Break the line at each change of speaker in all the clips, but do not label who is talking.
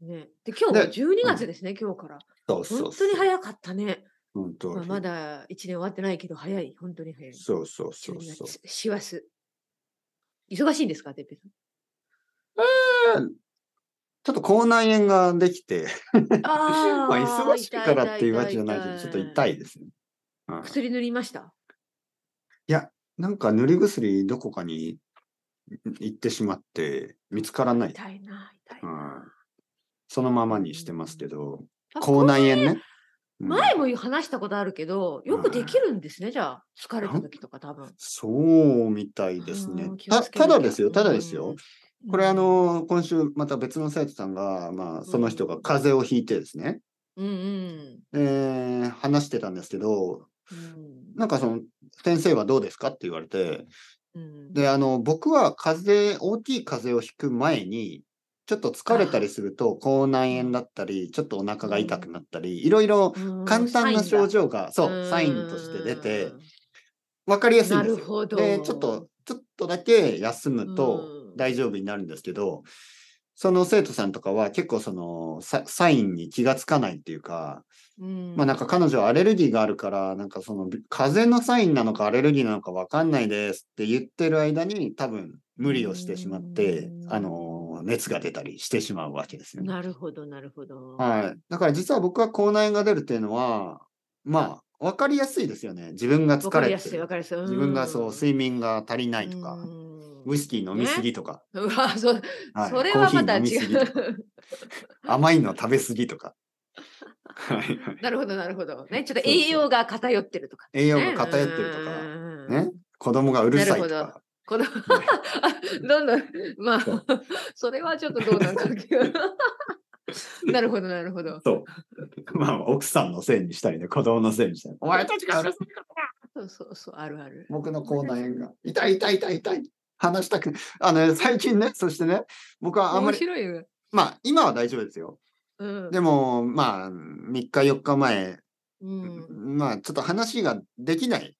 ね。で、今日
ね
12月ですね、今日から。
そうそう
本
そ
当
う
に早かったね。
本当
まあ
に
まだ1年終わってないけど、早い。本当に早い。
そうそうそ
12
うそう
月、師走。忙しいんですか、てっぺいさ
ちょっと口内炎ができて、
ん。あ
まあ忙しいからっていうわけじゃないけど、ちょっと痛
い。
いですね。うん
薬塗りました。
なんか塗り薬どこかに行ってしまって見つからない。
痛いな、痛いうな。
ん、そのままにしてますけど、
あ
口内炎ね。うん
前も話したことあるけど、よくできるんですね、じゃあ。疲れた時とか多分。
そうみたいですね
うん。気を
た
つけな
た
きゃ
だですよ、ただですよ。。
うん
これあ、の、今週また別の生徒さんが、まあ、その人が風邪をひいてですね、
うんうん
えー話してたんですけど、
うん
なんかその、先生はどうですかって言われて、
うん。
で、あの、僕は風邪、大きい風邪をひく前に、ちょっと疲れたりすると、口内炎だったり、ちょっとお腹が痛くなったり、いろいろ
うん
簡単な
サイン
症
だ
状が、そう、サインとして出
う
て
ん、
わかりやすいんです
なる
よ。
ほど
で、ちょっと、ちょっとだけ休むと
うん
大丈夫になるんですけど、その生徒さんとかは結構そのササインに気がつかないっていうか、まあなんか彼女はアレルギーがあるから、なんかその風邪のサインなのかアレルギーなのかわかんないですって言ってる間に多分無理をしてしまって
う、ん
あの、熱が出たりしてしまうわけですよね。
なるほど、なるほど。
はい。だから実は僕は口内炎が出るっていうのは、まあ、わかりやすいですよね。自分が
わ
疲
かり
れ
やす
て
い、
る
わ。かりやすい。
自分がそう、睡眠が足りないとか、ウイスキー飲みす
ぎ。
ぎとか、
うわ、そう、
はい
それはまた
コーヒ
違
ー飲みすぎとか
う。
甘いの食べすぎとか、はい はい
なるほど、なるほど。ね、ちょっ
そう
と
そう
栄養が偏ってるとか。
栄養
ね
が偏ってるとか、
うん
ね子供がうるさいと
なるほ
か、
この
ね
どんどん、まあ
そう、
それはちょっとどうなんかって いう。なるほど、なるほど。
そう。 まあ、奥さんのせいにしたりね、子供のせいにしたり。お前たちがうるさいからな
そうそうそう、あるある。
僕の口内炎が、痛い痛い痛い痛い。話したくないあの、 最近ね、そしてね、僕はあんま
面
り、
白いよ。
まあ、今は大丈夫ですよ。
うん。
でも、まあ、3日4日前、
うん、
まあ、ちょっと話ができない。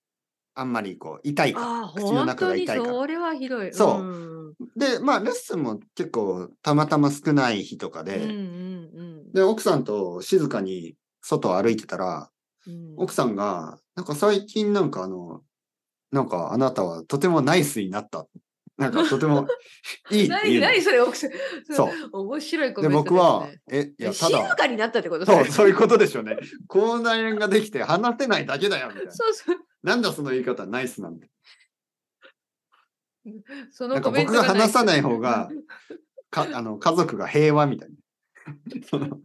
あんまりこう、痛いから。
ああ、
口の
本
中
当
が
に
痛いから
それはひどい。
そうんで、まあ、レッスンも結構、たまたま少ない日とか
うんう
で、
ん
で、奥さんと静かに外を歩いてたら、
うん。
奥さんが、なんか最近なんかあの、なんかあなたはとてもナイスになった。なんかとても いいって
何
いうの。
何それ奥さん。
そ。
面白いうコメ
で、
ント
僕は
で、
え、い
すね
や、た
静
だ、
かになったってこと
そう、
れ
そういうことでしょうね。口内炎ができて話せないだけだよ、みたいな。
そうそう。
なんだその言い方、ナイスなんて。
そ
な
の
んか
コメント。
僕が話さないい方 が、かあの家族が平和みたいな。その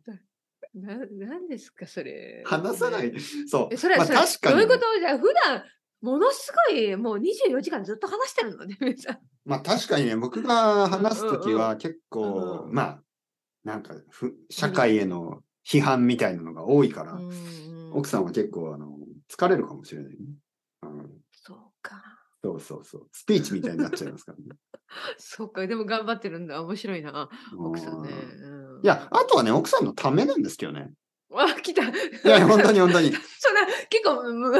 な、なんですか、それ。
話さない。そう。
えそれ、
まあ
それ
確かに
どうい
ね、
うことじゃあ普段ものすごいもう24時間ずっと話してるのね、皆さん。
まあ確かにね、僕が話すと
う
き
んうんう
は結構、
うんうん
まあ、なんかふ、社会への批判みたいなのが多いから、奥さんは結構、あの、疲れるかもしれないね。うん、
そうか。
そうそうそう。スピーチみたいになっちゃいま すからね。
そうか。でも頑張ってるんだ。面白いな。奥さんね。
う
うん
いや、あとはね、奥さんのためなんですけどね。
あ、来た。い
いや、本当。に本当に。
そんな、結構、む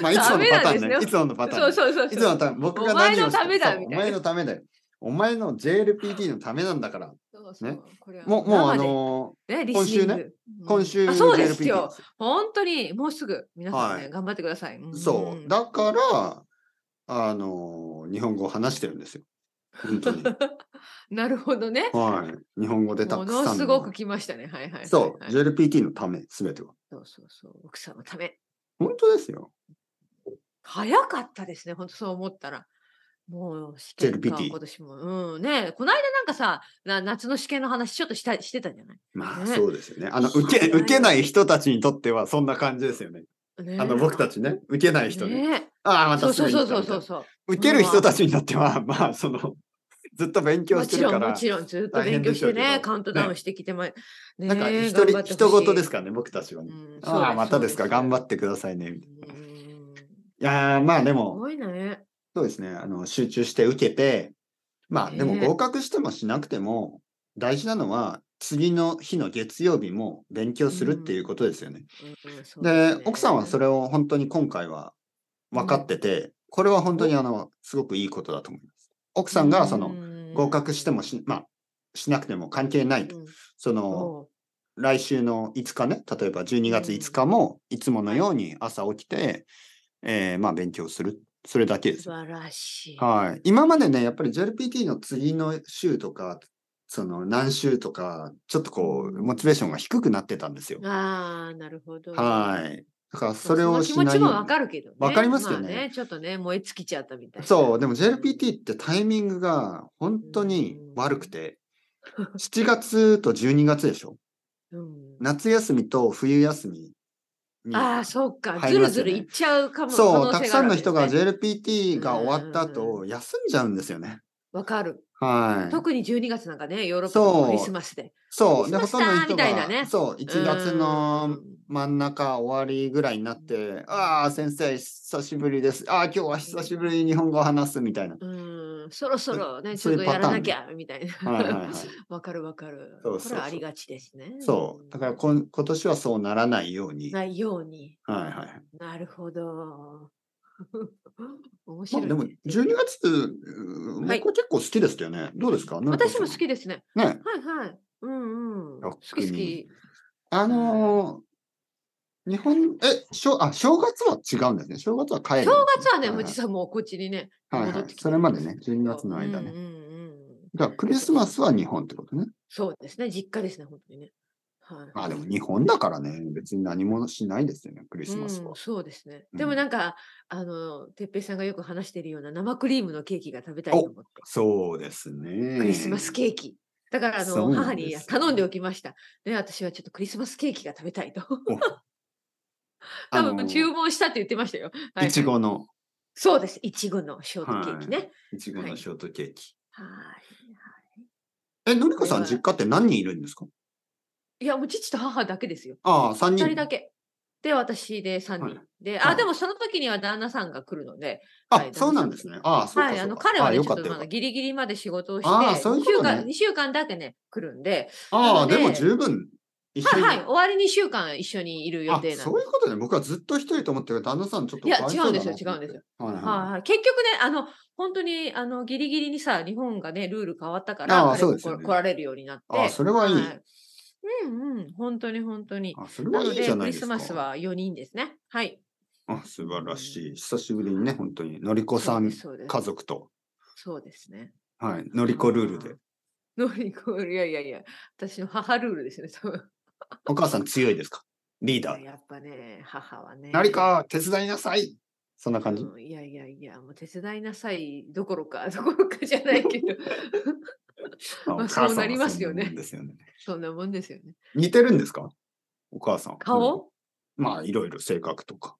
まあ、いつ
ダ
ものパター
メなんです
ン
ね
ね。いつものパターンね。
そうそうそう
いつも
そう
の。た僕が何を
お前の
して
ためだ
そう
みたい
お
な
前のためだよ。お前の JLPT のためなんだから。
そうそう
ね
これは
もう、もう
生
あ
で
の
ね、リ
今
スニ
週
ン
ね
グ。うん
今週
あ
JLPT
そうです
で
よ。
す
本当に、もうすぐ、皆さんね、
はい
頑張ってください。ん
そう。だから、あのー日本語を話してるんですよ。本当に。
なるほどね。
はい。日本語でた
も
く
の
さん
す
の
ごく来ましたね。はいはいはいはい。
そう。JLPT のため、すべては。
そうそうそう。奥さんのため。
本当ですよ。
早かったですね、本当そう思ったら。もう試験か
JLPT
今年も。うんね、この間なんかさな、夏の試験の話ちょっとしたしてたじゃない。
まあ、
ね
そうですよね。あの、
そう
受け、受けない人たちにとっては、そんな感じですよね。
ね
あの、僕たちね、受けない人ね。
ね。
ああ、ま
そう
たす
そ
ぐ
う
に行
そ
っ
う
た
そう
み
そそう。
たいうな。受ける人たちにとっては、 まあ、その、ずっと勉強
も
して
ち
る
ろ
か
んも
ら、
ちろんずっと
大変
勉強して
でしょうけ
ね
ど
カウントダウンしてきてまい、ね
なんか、一
頑張ってほし
人、
い
人事ですからね、僕たちは
う
ね。
んそう
ああ、またですか、頑張
て。
ってくださいね。みたいな
そううん
いやーまあ、ですも、
ごいね。
そうですね。あの、集中して受けて、まあ、でも
ねえ
合格してもしなくても、大事なのは、次の日の月曜日も勉強するっていうことですよね。
うんそう
で
だね
奥さんはそれを本当に今回は分かってて、これは本当にあの、すごくいいことだと思います。奥さんがそうの、
ん
合格してもし、まあ、しなくても関係ないと。
うん
その、
そ
来週の5日ね、例えば12月5日も、いつものように朝起きて、えーまあ勉強する。それだけ
う
です
素。晴らしい。
はい。今までね、やっぱり JLPT の次の週とか、その何週とか、ちょっとこう、
うん
モチベーションが低くなってたんですよ。
ああ、なるほど。
はい。だから
そ
それ
れ
を
を
し
気
ない
持ちも
ように
わかるけどね。
わかりますよね
あね。ちょっとね、燃え尽きちゃったみたいな。
そう、でも JLPT ってタイミングが本当に悪くて、7月と12月で しょ
うん。
夏休みと冬休みに。
ああ、そっか。
入
ず
り
る
ます
ず
よね
るいっちゃうかも。
そ
可能
う、たく
性
さん
ある
の
わけで
人
すね
が JLPT が終わった
うんうん
後、休んじゃうんですよね。
わかる。
はい。
特に12月なんかね、ヨーロッパの
そう
クリスマスで。
そ
ク
う、で、
リ
ほ
スマスだ
とんどの
み
人
たいな
が、
ね
そう、1月
う
の
ん
真ん中終わりぐらいになって
ん、
ああ、先生、久しぶりです。ああ、今日は久しぶりに日本語を話すみたいな。
うん、そろそろね、ち
そう
ょっ
いう
とや
パタ
ら
ーン
なきゃみたいな。
はいはいはい。
わかるわかる。
そう
こ
そうそう
れはありがちですね。
そう。だからこん、今年はそうならないように。
ないように。
はいはいはい。
なるほど。 面
ま
白い、
あ
ね。
でも、12月、うー
はい
僕は結構好きですよね。どうですか
私も好。
なんか
きですね。
そのね。
はいはい。うんうん。
ロッ
好
ク
き好
ミ
き。
あのー日本、え、しょあ正月は違うんですね。正月は帰る。
正月はね、
はい
も
は
う
い
実はもうこっちにね、
はいはい
戻ってきて
それまでね12月の間
ね。
ね
うんうんうん
じゃあ、クリスマスは日本ってことね。
そうですね、実家ですね、本当にね。はい、
あ、でも日本だからね。別に何もしないですよね、クリスマス
う
は
ん、。そうですね。
うん
でもなんか、あの、てっぺいさんがよく話してるような生クリームのケーキが食べたいと思って、
そうですね。
クリスマスケーキ。だから、あ
そ
の、
うな
母
んです
に
よ
頼んでおきました。ね、私はちょっとクリスマスケーキが食べたいと。
あ
多
の
分注文したって言ってましたよ。はい
いちごの、
そうです。いちごのショートケーキね。
いちごのショートケーキ。
はい。
え、のりこさ
これ
ん、
は
実家って何人いるんですか
いや、もう父と母だけですよ。
ああ、3
二
人。
人だけ。で、私で3人。
はい
で、
は
あ、
い
でもその時には旦那さんが来るので、は
あ、
い
そうなんですね。ああ、そうか
はい、あ
そ
の
うか
彼は
あ
ね、
よ
ちょ
か
っ
った
と
よ
まだ
かった
ギリギリまで仕事をして、
あーそういう
2
こ
週
とね
間、2週間だけね、来るんで、
ああ、で
なので
も十分一緒
はい
に。
はい、終わりに週間一緒にいる予
あ
定なん
そう
で
いう
す。
ことね。僕はずっと一人と思ってる旦那さんちょっと
いや
かわそうだ
違う
な
んですよ違うんですよ。
はいはい。
はいはい、結局ね、あの、本当に、あの、ギリギリにさ、日本がね、ルール変わったか
あー
ら、彼
そう
も
ですよね
来来られるようになって。
あそれはいい
いうんうん、本当に本当に。
あ、それ
な
は
の
いいじ
で、
ゃ
ク
ない
リ
です
ス
か。
マスは4人ですね。はい。
あ、素晴らしい。久しぶりにね、本当に。のりこさ
そうんですそうです
家族と。
そうですね。
はい。のりこルールで。
ノリコール、いやいやいや、私の母ルールですね、多分。
お母さん強いですかリーダー。
やっぱね、母はね。
のりこ、手伝いなさいそんな感じ。
うんいやいやいや、もう手伝いなさいどころか、どころかじゃないけ ど、
あお母さんは
そうなりますよね
そんなもんですよね
そんなもんですよね。
似てるんですかお母さん。
顔
まあ、いろいろ性格とか。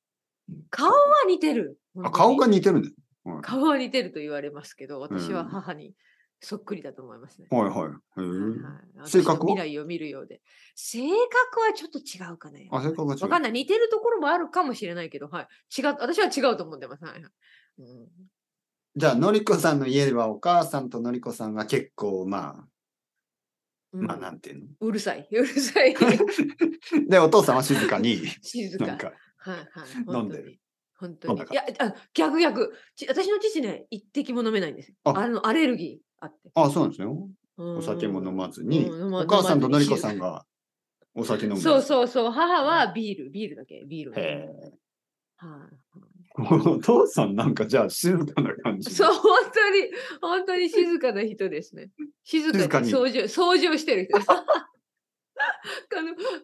顔は似てる。本当
あ
に
顔が似てるんです。
顔は似てると言われますけど、私
う
は
ん
母にそっくりだと思いますね。
はいはい。へ
はい
ー
はい
性格
私の未
は
来を見るようで。性格はちょっと違うかね。
あ、性格が違う。
わかんない。似てるところもあるかもしれないけど、はい。違う、私は違うと思ってます。はいはい。うん
じゃあ、のりこさんの家ではお母さんとのりこさんが結構、まあ、
うん
まあ、なんていう
うるさい、う るさ い。
の。 で、お父さんは静かに、
静か。
なんか、
はいはい。
飲ん
本
で
当
る
に。本
飲
当に
んだ。
い
か
や、あ逆逆。ち私の父ね、一滴も飲めないんですよ。
あ
あの、アレルギーあって。
あ、そうなんですよ。
お
お酒も飲まずに、
うん飲ま
お母さんとのりこさん
飲
がお酒飲む。
そうそうそう。母はビール、ビールだけ、ビールを飲む。
へ
はい
ー お父さんなんか、じゃあ、静かな感じ。
そう、本当に、本当に静かな人ですね。静
静か
か
に
に掃除、掃除をしてる人です。 あの、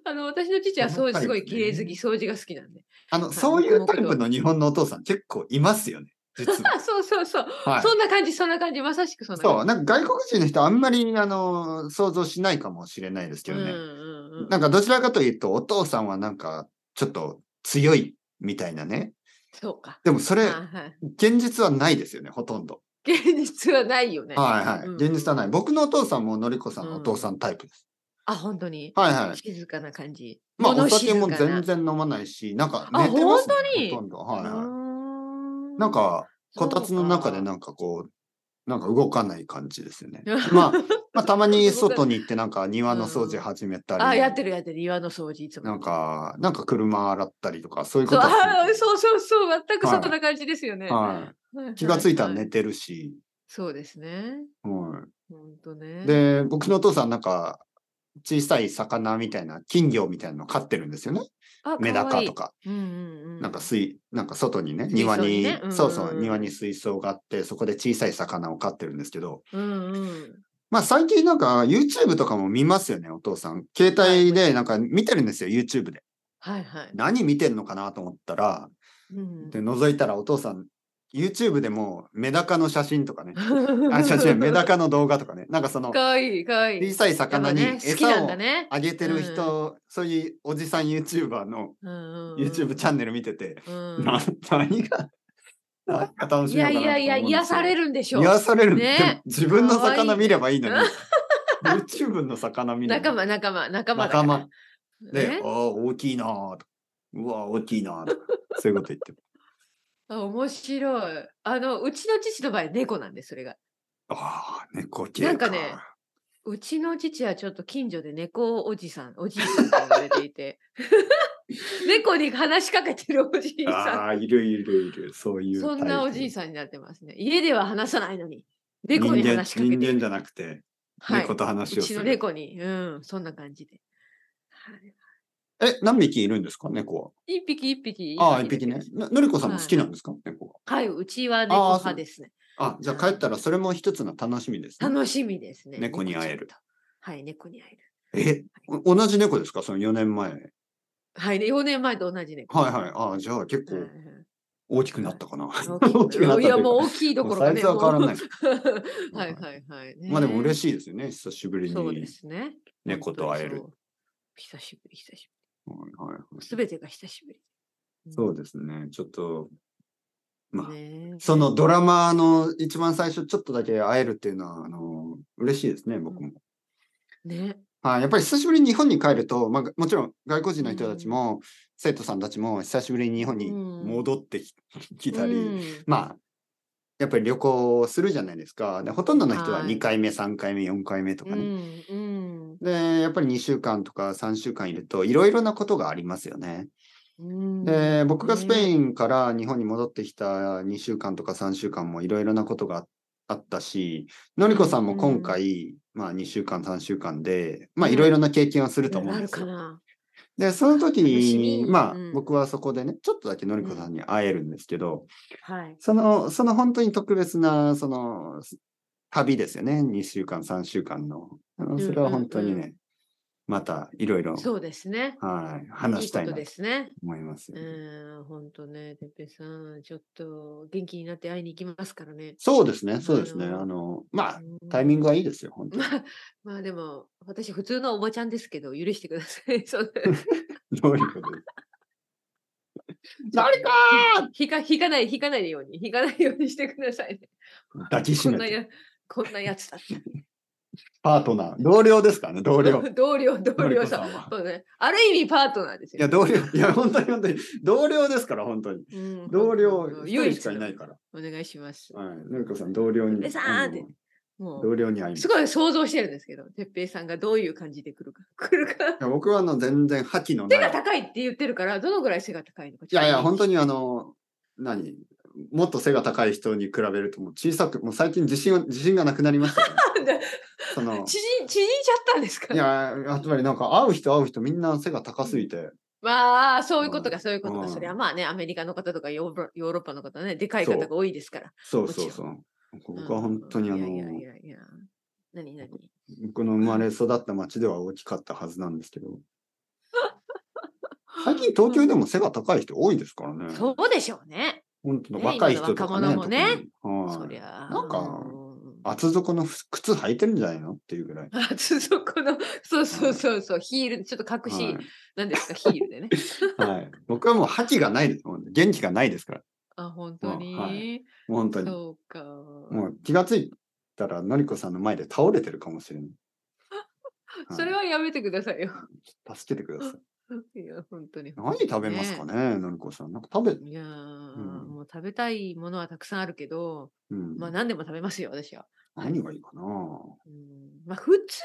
あの、私の父は掃除すごい綺麗好き、掃除が好きなんで。
あの、そういうタイプの日本のお父さん結構いますよね。実 は。
あそうそうそう。
はい。
そんな感じ、そんな感じ、まさしくそんな感じ。
そう、なんか外国人の人あんまり、あの、想像しないかもしれないですけどね。
うんうんうん
なんかどちらかというと、お父さんはなんかちょっと強いみたいなね。
そうか。
でもそれ、
はいはい
現実はないですよね、ほとんど。
現実はないよね。
はいはい。
うん
現実はない。僕のお父さんものりこさんのお父さんタイプです。
あ、本当に。
はいはい。
静かな感じ。
まあお
物静
酒
か
も
な
全。然飲まないし、なんか
あ
寝てます、ね。
本当に
ほとんど。はいは。
はい
なん、か、こたつの中で
ん
なんかこう、なんか動かない感じです よね。まあ、まあ、たまに外に行ってなんか庭の掃除始めたり。
あ、やってるやってる。岩の掃除いつも。
なんか、なんか車洗ったりとか、そういうこ
そう
とは
あ
する
そうそうそう。全く
はい
そんな感じですよね。
はい。
い
気がついたら
はは
寝てるし、
そうですね。
は
本当
い、
ね。
で、僕のお父さんなんか、小さい魚みたいな、金魚みたいなの飼ってるんですよね。
あ
メ
か
ダ
わ
カ
いい
とか。
うんうんうん
なんか水、なんか外にね、
水
庭
槽に
に、
ねうんうんうん
そうそう、庭に水槽があって、そこで小さい魚を飼ってるんですけど、
うんうん
まあ最近なんか YouTube とかも見ますよね、お父さん。携帯でなんか見てるんですよ、YouTube で。
はいはい。
何見てるのかなと思ったら、
うん
で、覗いたらお父さん、YouTube でもメダカの写真とかね、あ、写真、メダ カの動画とかね、なんかその
か、わいいかわいい。
小さい魚に
やっぱね好き
餌
なん
を
だね。
あげてる人、そういうおじさん YouTuber の YouTube チャンネル見てて、
ル。うん
な何が、何が
い
楽しいの
や
かなとか思うんですよ
いやいや、癒されるんでしょう。
癒されるって、
ね
でも自分
か
の
わいい
魚見ればいいのに、YouTube の魚見れば
仲間、仲間、仲間だか
仲
ら。
間で、
ね
あ、あ、大きいなぁと。うわ、大きい なぁと。そういうこと言ってる。
あ面白い。あの、うちの父の場合、猫なんです、それが。
ああ、猫系か。
なんかねうちの父はちょっと近所で猫おじさん、おじいさんと呼ばれてい て、猫に話しかけてるおじい
あ
さ
あ、いるいるいる。そうい
ん。
う。
そんなおじい
さ
さんになってますね。家では話さないのに、
人
猫に
間
話しかけて
人間じゃ
な
なくて、
はい、
猫と話
う
をす
ちの
る。
猫に、うん、そんな感じで。はい
え、何匹いるんですか、猫
一匹一匹。
は。ああ、
一
一匹ね
です。
なのりこさんも好きなんですか、猫は。
はい、うちは猫派ですね。
あ、じゃあ帰ったらそれも一つの楽しみです、ね。
楽しみですね。
猫に会える
猫ちゃんと。はい、猫に会える。
え、お同じ猫ですかその4年前。はい
はい、4年前と同じ猫。
はい。ああ、じゃあ結
うんう
構
ん
大きくなったかな。
大きくなるいや、もう大きいどころかね。
サイズは変わらない
もうはいはいはい。
まあでも嬉
し
しいですよね。久しぶり
そうで
に
すね。
猫と会え
本
る。
当にそう。久しぶり、久し
はいはい
ぶり。すべてが久しぶり。
そうですね。ちょっと、まあ、
ねえ
そのドラマの一番最初ちょっとだけ会えるっていうのは、あの、嬉しいですね、僕も。
ね。
はい、やっぱり久しぶりに日本に帰ると、まあ、もちろん外国人の人たちも、生徒さんたちも久しぶりに日本に戻ってき,、たり、
うん
まあ、やっぱり旅行をするじゃないですか。で、ほとんどの人は
はい
2回目、3回目、4回目とか
う
ね。
んうん
で、やっぱり2週間とか3週間いると、いろいろなことがありますよね。
うん。
で、僕がスペ
ン。
インから日本に戻ってきた2週間とか3週間もいろいろなことがあったし、のりこさんも今回、まあ2週間、3週間で、まあ
うん
いろいろな経験をすると思う
なん
で
る
す
か
よ。
な。
で、その時
楽し
に、
み
まあ
うん
僕はそこでね、ちょっとだけのりこさんに会えるんですけど、
はい。
その、その本当に特別な、その、旅ですよね。2週間、3週間の。あの
ん
それは本当にね、
うんう
またいろいろ、
そうですね。
はい、話したい
いい
な
こと
と
ですね。
思いますよ。
うん、本当ね、てっぺいさん、ちょっと元気になって会いに行きますからね。
そうですね、そうですね。
あの
あの、まあ、
うん
タイミングはいいですよ、本当
まあ、まあでも、私、普通のおばちゃんですけど、許してください。そう
に。どういう ことですか
引か引かない、引かないように、引かないようにしてくださいね。
抱きし
こん
め
な
て。
や、こんなや つだって。
パートナー。同僚ですからね、同僚。
同僚、
の
同
りこ
僚
さ
さん。
んは。
そうね。ある意味パートナーです
いや、
よ。
同僚。いや、本当に本当に。同僚ですから、本当に。
うん
同僚
本、当
一人しかいない
唯
から。
一のお願いします。
はい。のりこさん、同僚に。
ペサーンって
あの
も
同
う、
僚に会います
す。ごい想像してるんですけど、てっぺいさんがどういう感じで来るか。来るか
い。や僕はあの全然覇気の
背
な
が
い。
高いって言ってるから、どのぐらい背が高いのか。
いやいや、本当
に。
にあの、何もっと背が高い人に比べるともう小さく、もう最近自信は自信がなくなりましたね、 そ
縮ん
の、
縮んじゃったんですか
いや、やっぱりなんか会う人会う人みんな背が高すぎて、
まあ、そういうこと
うん
か、そういうこと
う
か。
ん
そりゃまあね、アメリカの方とかヨーロヨーロッパの方ね、でかい
そう
方が多いですから。
そうそうそう。僕は本当にあ
うん
の、
いやいやいやいや。何何
僕の生まれ育った町では大きかったはずなんです けど、最近東京でも背が高い人多いですからね。
そうでしょうね。
本当の
ね
若い人とかね。
今の若者もね
特に。
そ
は
り
い。
ゃ。
なんか
うん
厚底の靴履いてるんじゃないのっていうぐらい。
あ、そこの、そうそうそうそう、ヒール、ちょっと隠
はい
し、なんですか、ヒールでね。
はい。僕はもう覇気がないです。もう元気がないですから。
あ、本当
うんは
に。
もう本当に。
そうか。
もう気がついたら、のりこさんの前で倒れてるかもしれない。
それはやめてくださいよ。
はい助けてください。
いや、本当に。
何食べますかね、のりこさん。なんか食べ、
いやー、
ん
もう食べたいものはたくさんあるけど、
うん
まあ何でも食べますよ、私は。
何がいいかな
うんまあ普通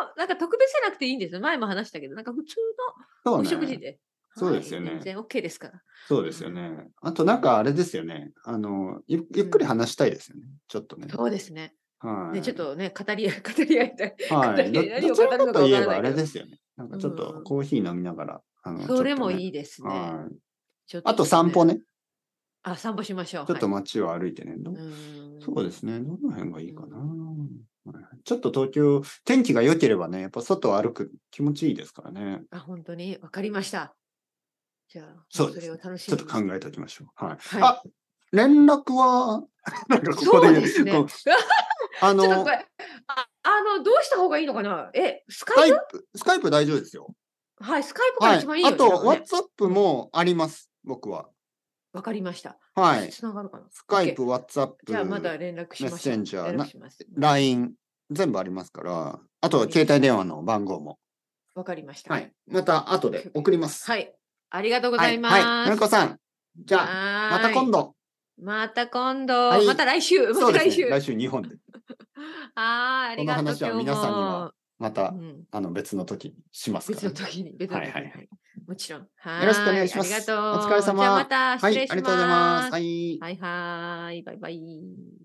の、なんか特別じゃなくていいんですよ。前も話したけど、なんか普通
そ
の
う
お
ね。
食事で。
そう
はい
ですよね
全然 OK ですから。
そうですよね。あとなんかあれですよね。あの、ゆゆっくり話したいですよね。ちょっとね。
そうですね。
はい。
ね、ちょっとね、語り合い、 語り合いたい。
は
語
い。
り合い
ど
何を
どちらか
語るのか
といえ
わ
ば
から
あ
ないけ
れ
ど
ですよね。なんかちょっ
う
と
ん
コーヒー飲みながら。あの
それもい
い
いですね。
はい。
ちょっと
あと散歩
ね。
ね。
あ、散歩しましょう。
ちょっと
は
街を歩いてね。ど
い、うん
そうですね。どの辺がいいかな。はいちょっと東京、天気が良ければね、やっぱ外を歩く気持ちいいですからね。
あ、本当にわかりました。じゃあ、
そうです
れを楽し
ちょ
み
っ
に
と考えておきましょう。はい。
はい
あ連絡は、 なんかここ
そう
で
ですね。ち
こ
ょ
う
っと
あの
こ、れ、ああの、どうした方がいいのかなえ、ス
スカ
カイ
イ
プ
プ、スカイプ大丈夫ですよ。
はい、スカイプが
は
一番いいよ
あ
ね。
と、
多分ね
WhatsApp もあります、僕は。
わかりました。
はい。
つながるかな
スカイプ、
OK
WhatsApp、
じゃあ、まだ連絡しましょう。
メッセンジャー
連
な
絡します。
LINE、全部ありますから、あと、携帯電話の番号も。
わかりました。
は。い。また、後で送ります。
はい。ありがとうご
は
ざいます。
はい。のりこさん、じゃあ、
はー
ま
い
た今度。
また今度、
はい
また来週、ま
そう
た
で
来
すね。
週。
来週日本で。
あーありがとう
この話は
今日
皆さんには
も
また、
うん
あの、別の時にしますか
別
ら
の
ね、
時に、別の時に。
はいはいは
もちろん。はー
よろしくお願いします
ありがとう。
お疲れ様
じゃあまた失
はい、あ
礼
り
します。
がとうございます。はい。
はいはーい、バイバイ。